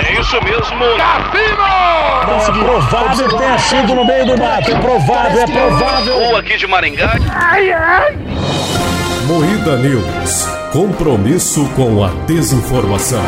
É isso mesmo. Cassino! É provável ter sido no meio do mato. É provável, é provável. Ou aqui de Maringá. Moída News. Compromisso com a desinformação.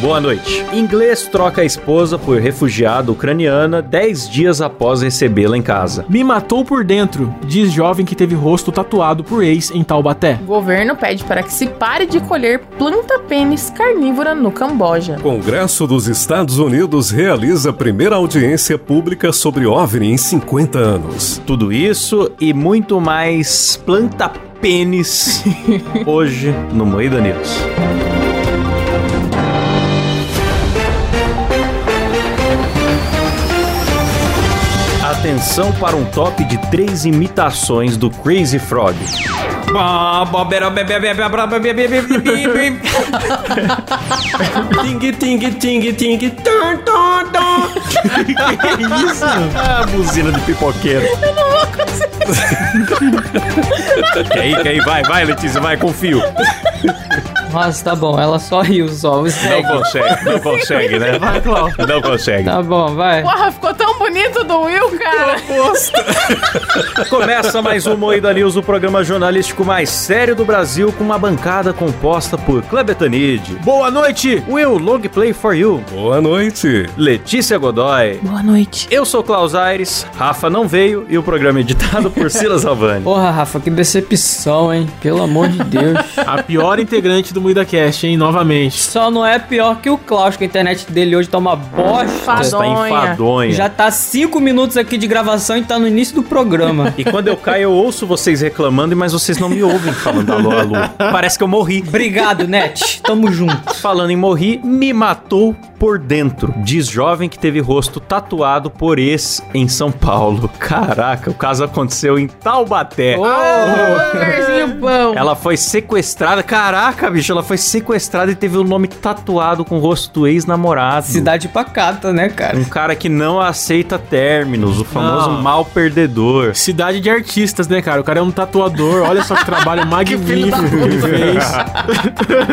Boa noite. Inglês troca a esposa por refugiada ucraniana 10 dias após recebê-la em casa. Me matou por dentro, diz jovem que teve rosto tatuado por ex em Taubaté. O governo pede para que se pare de colher planta pênis carnívora no Camboja. Congresso dos Estados Unidos realiza a primeira audiência pública sobre OVNI em 50 anos. Tudo isso e muito mais planta pênis hoje no Moída News. Atenção para um top de três imitações do Crazy Frog. Ting, ting, ting, ting, tum, tum, tum. Que isso? Ah, buzina de pipoqueiro. Eu não vou conseguir. Quer ir, quer ir? Vai, vai, Letícia, vai, confio. Nossa, tá bom, ela só riu só. Não Segue. consegue, não consegue, né? Vai, Cláudio. Não consegue. Tá bom, vai. Porra, ficou tão bonito do Will, cara. Começa mais um Moída News, o programa jornalístico mais sério do Brasil, com uma bancada composta por Clebetanide, Boa noite. Will Long Play For You, Boa noite. Letícia Godoy. Boa noite. Eu sou Klaus Aires, Rafa não veio e o programa é editado por Silas Havani. Porra, Rafa, que decepção, hein? Pelo amor de Deus. A pior integrante do MuidaCast, hein? Novamente. Só não é pior que o Klaus, que a internet dele hoje tá uma bosta. tá Fadonha. Está enfadonha. Já tá cinco minutos aqui de gravação e tá no início do programa. E quando eu caio, eu ouço vocês reclamando, mas vocês não me ouvem falando alô, alô. Parece que eu morri. Obrigado, Net. Tamo junto. Falando em morri, me matou por dentro. Diz jovem que teve rosto tatuado por ex em São Paulo. Caraca, o caso aconteceu em Taubaté. Oh. Lugarzinho bom. Ela foi sequestrada. Caraca, bicho, ela foi sequestrada e teve o nome tatuado com o rosto do ex-namorado. Cidade pacata, né, cara? Um cara que não aceita términos, o famoso Não. mal perdedor. Cidade de artistas, né, cara? O cara é um tatuador. Olha só que trabalho magnífico que ele fez.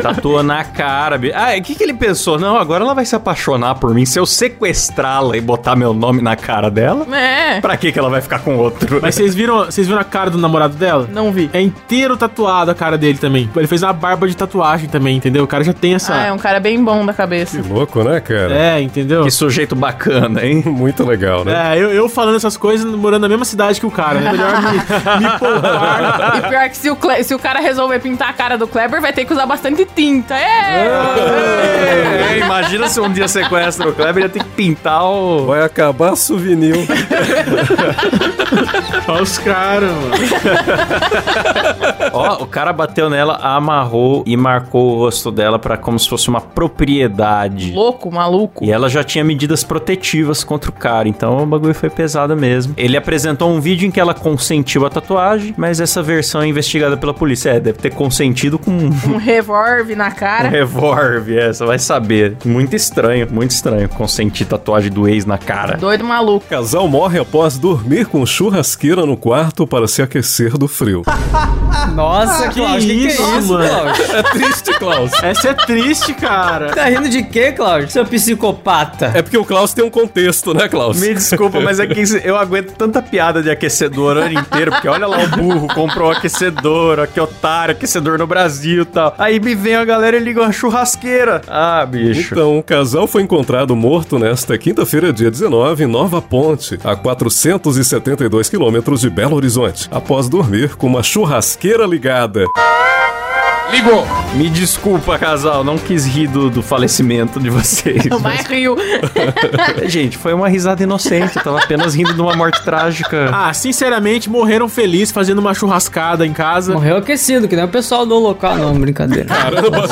Tatua na cara. bi- Ah, e o que, que ele pensou? Não, agora ela vai se apaixonar por mim. Se eu sequestrá-la e botar meu nome na cara dela, É. pra que, que ela vai ficar com outro? Mas vocês viram, vocês viram a cara do namorado dela? Não vi. É inteiro tatuado a cara dele também. Ele fez uma barba de tatuagem também, entendeu? O cara já tem essa. Ah, é um cara bem bom da cabeça. Que louco, né, cara? É, entendeu? Que sujeito bacana, hein? Muito legal, né? É, eu, eu falando essas coisas morando na mesma cidade que o cara. É melhor me, me poupar. E pior que se o, Cle- se o cara resolver pintar a cara do Kleber, vai ter que usar bastante tinta. É! Ah. É, imagina se um dia sequestra o Kleber, ele tem que pintar o. Vai acabar souvenir. Olha os caras, mano. Ó, o cara bateu nela, amarrou e marcou o rosto dela pra como se fosse uma propriedade. Louco, maluco. E ela já tinha medidas protetivas contra o cara, então o bagulho foi pesado mesmo. Ele apresentou um vídeo em que ela consentiu a tatuagem, mas essa versão é investigada pela polícia. É, deve ter consentido com um Um revólver na Um cara. revólver, essa vai saber. Muito estranho, muito estranho consentir tatuagem do ex na cara. Doido maluco. Casal morre após dormir com churrasqueira no quarto para se aquecer do frio. Nossa, que Klaus, que, que isso, é isso, mano? Klaus? É triste, Klaus. Essa é triste, cara. Tá rindo de quê, Klaus? Seu psicopata. É porque o Klaus tem um contexto, né, Klaus? Me desculpa, mas é que isso- eu aguento tanta piada de aquecedor o ano inteiro, porque olha lá o burro, comprou um aquecedor, ó, que otário, aquecedor no Brasil e tal. Aí me vem a galera e liga uma churrasqueira. Ah, bicho. Então, o casal foi encontrado morto nesta quinta-feira, dia 19, em Nova Ponte, a 472 quilômetros de Belo Horizonte, após dormir com uma churrasqueira ligada. Ligou. Me desculpa, casal, não quis rir do, do falecimento de vocês. Vai, Rio. Gente, foi uma risada inocente, eu tava apenas rindo de uma morte trágica. Ah, sinceramente, morreram felizes fazendo uma churrascada em casa. Morreu aquecido, que nem o pessoal do local. Não, brincadeira.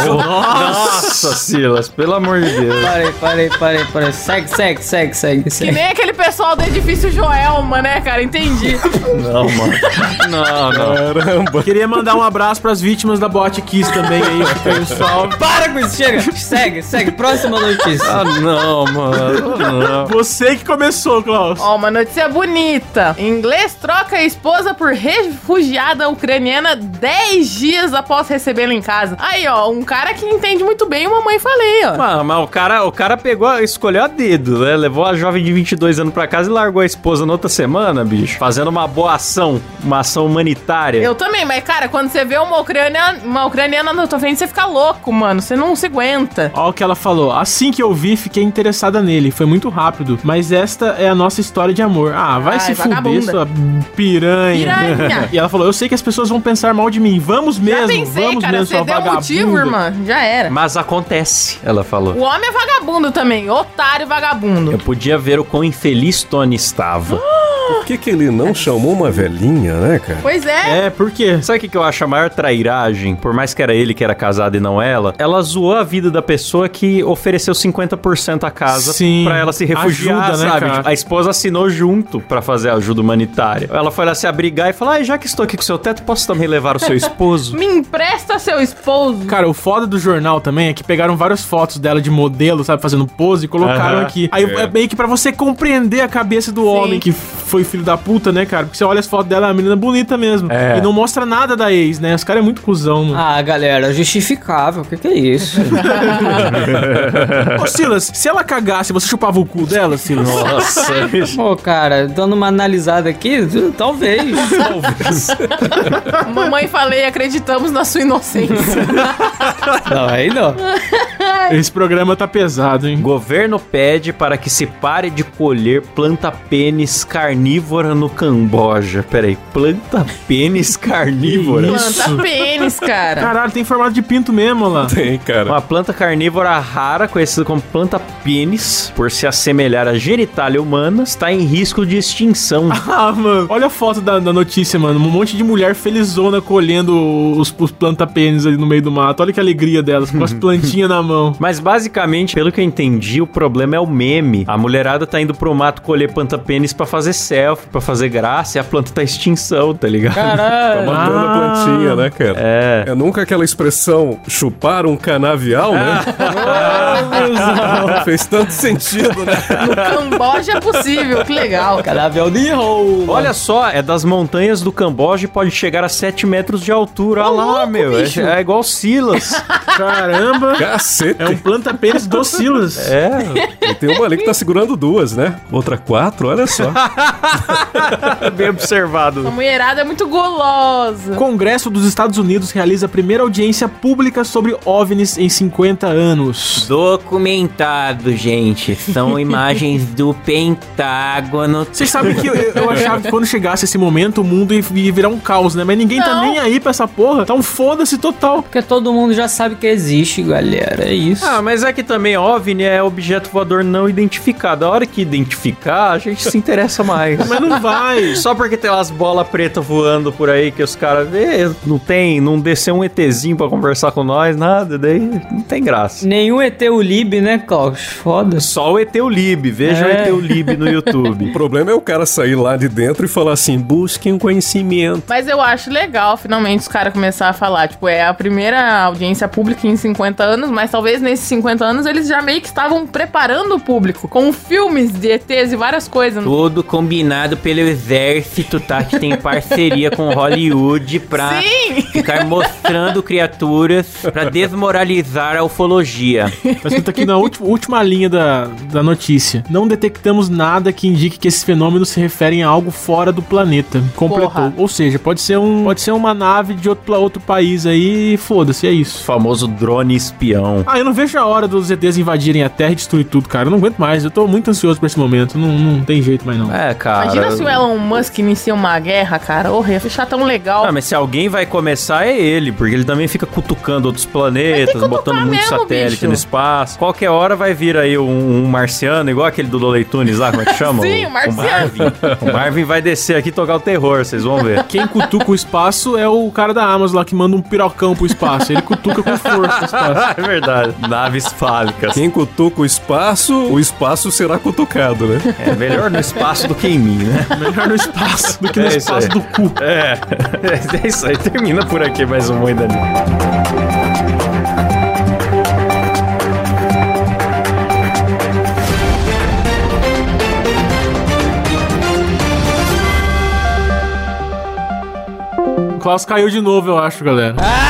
Nossa, Silas, pelo amor de Deus. Parei, parei, parei, parei. Segue, segue, segue, segue, Que segue. nem aquele pessoal do edifício Joelma, né, cara? Entendi. Não, mano. Não, não. Caramba! Queria mandar um abraço pras vítimas da Bot quis também aí, fica aí um salve. Para com isso, chega. Segue, segue. Próxima notícia. Ah, não, mano. Ah, Não. Você que começou, Klaus. Ó, uma notícia bonita. Inglês troca a esposa por refugiada ucraniana 10 dias após recebê-la em casa. Aí, ó, um cara que entende muito bem uma mãe falei, ó. Mano, mas o cara, o cara pegou, a- escolheu a dedo, né? Levou a jovem de 22 anos pra casa e largou a esposa na outra semana, bicho. Fazendo uma boa ação, uma ação humanitária. Eu também, mas cara, quando você vê uma ucraniana, uma ucraniana na tua frente, você fica louco, mano. Você não se aguenta. Olha o que ela falou. Assim que eu vi, fiquei interessada nele. Foi muito rápido. Mas esta é a nossa história de amor. Ah, vai Ai, se fuder, vagabunda. sua piranha. Piranha. e ela falou: Eu sei que as pessoas vão pensar mal de mim. Vamos mesmo, Já pensei, vamos cara, mesmo, você sua deu um vagabunda. motivo, irmã. Já era. Mas acontece, ela falou. O homem é vagabundo também. Otário vagabundo. Eu podia ver o quão infeliz Tony estava. Por que, que ele não chamou uma velhinha, né, cara? Pois é. É, por quê? Sabe o que que eu acho a maior trairagem? Por mais que era ele que era casado e não ela, ela zoou a vida da pessoa que ofereceu 50% a casa Sim. pra ela se refugiar, Ajuda, né, sabe? cara? a esposa assinou junto pra fazer a ajuda humanitária. Ela foi lá se abrigar e falou: ah, já que estou aqui com seu teto, posso também levar o seu esposo? Me empresta seu esposo. Cara, o foda do jornal também é que pegaram várias fotos dela de modelo, sabe, fazendo pose e colocaram Aham. aqui. Aí é. meio que pra você compreender a cabeça do homem que foi filho da puta, né, cara? Porque você olha as fotos dela, é uma menina bonita mesmo. É. E não mostra nada da ex, né? Os caras é muito cuzão, mano. Ah, galera, justificável. O que, que é isso? Ô, Silas, se ela cagasse, você chupava o cu dela, Silas? Nossa. Pô, cara, dando uma analisada aqui, talvez. Mamãe falei, acreditamos na sua inocência. não, aí não. Esse programa tá pesado, hein? Governo pede para que se pare de colher planta pênis carnívora no Camboja. Peraí, planta pênis carnívora? Planta pênis, cara. Caralho, tem formato de pinto mesmo olha lá. Tem, cara. Uma planta carnívora rara, conhecida como planta pênis, por se assemelhar à genitália humana, está em risco de extinção. Ah, mano. Olha a foto da, da notícia, mano. Um monte de mulher felizona colhendo os, os planta-pênis ali no meio do mato. Olha que alegria delas, com as plantinhas na mão. Mas basicamente, pelo que eu entendi, o problema é o meme. A mulherada tá indo pro mato colher planta pênis pra fazer selfie, pra fazer graça, e a planta tá em extinção, tá ligado? Tá matando a plantinha, né, cara? É. É nunca aquela expressão chupar um canavial, né? Ah, Fez tanto sentido, né? No Camboja é possível. Que legal, cara. Canavial de rolo. Olha só, é das montanhas do Camboja e pode chegar a 7 metros de altura. Olha lá, meu. bicho. É, é igual Silas. Caramba. Cacete! É um planta-pênis do Silas. é, E tem uma ali que tá segurando duas, né? Outra quatro, olha só. bem A observado. mulherada é muito golosa. Congresso dos Estados Unidos realiza a primeira audiência pública sobre OVNIs em 50 anos. Documentado, gente. São imagens do Pentágono. Vocês sabem que eu, eu achava que quando chegasse esse momento, o mundo ia, ia virar um caos, né? Mas ninguém tá Não. nem aí pra essa porra. Tá um foda-se total. Porque todo mundo já sabe que existe, galera. É isso. Ah, mas é que também OVNI é objeto voador não identificado. A hora que identificar, a gente se interessa mais. Mas não vai. Só porque tem umas bolas pretas voando por aí que os caras vê, não tem, não desceu um ETzinho pra conversar com nós, nada, daí não tem graça. Nenhum ET Ulib, né, Klaus? Foda-se. Só o ET Lib, veja É. o ET Lib no YouTube. O problema é o cara sair lá de dentro e falar assim: busquem um conhecimento. Mas eu acho legal, finalmente, os caras começar a falar. Tipo, é a primeira audiência pública em 50 anos, mas talvez nesses 50 anos eles já meio que estavam preparando o público com filmes de ETs e várias coisas. Tudo combinado pelo exército, tá? Que tem parceria com Hollywood pra Sim! ficar mostrando criaturas pra desmoralizar a ufologia. Tá escrito aqui na ulti- última linha da, da notícia. Não detectamos nada que indique que esses fenômenos se referem a algo fora do planeta. Completou. Porra. Ou seja, pode ser, um, pode ser uma nave de outro, pla- outro país aí e foda-se, é O isso. famoso drone espião. Ah, eu não vejo a hora dos ETs invadirem a Terra e destruir tudo, cara. Eu não aguento mais. Eu tô muito ansioso pra esse momento. Não, não tem jeito mais, não. É, cara. Imagina se o Elon Musk inicia uma guerra, cara. Porra, ia fechar tão legal. Ah, mas se alguém vai começar é ele, porque ele também fica cutucando outros Mas tem planetas, que botando cutucar muito mesmo, satélite bicho. no espaço. Qualquer hora vai vir aí um, um marciano, igual aquele do Lolei Tunes lá, como é que chama? Sim, o marciano. Marvin. O Marvin vai descer aqui e tocar o terror, vocês vão ver. Quem cutuca o espaço é o cara da Amazon lá que manda um pirocão pro espaço. Ele cutuca com força o espaço. é verdade. Naves fálicas. Quem cutuca o espaço, o espaço será cutucado, né? É melhor no espaço do que em mim, né? Melhor no espaço do que no É isso espaço aí. do cu. É. É isso aí. Termina por aqui mais um Oi Danilo. O Klaus caiu de novo, eu acho, galera.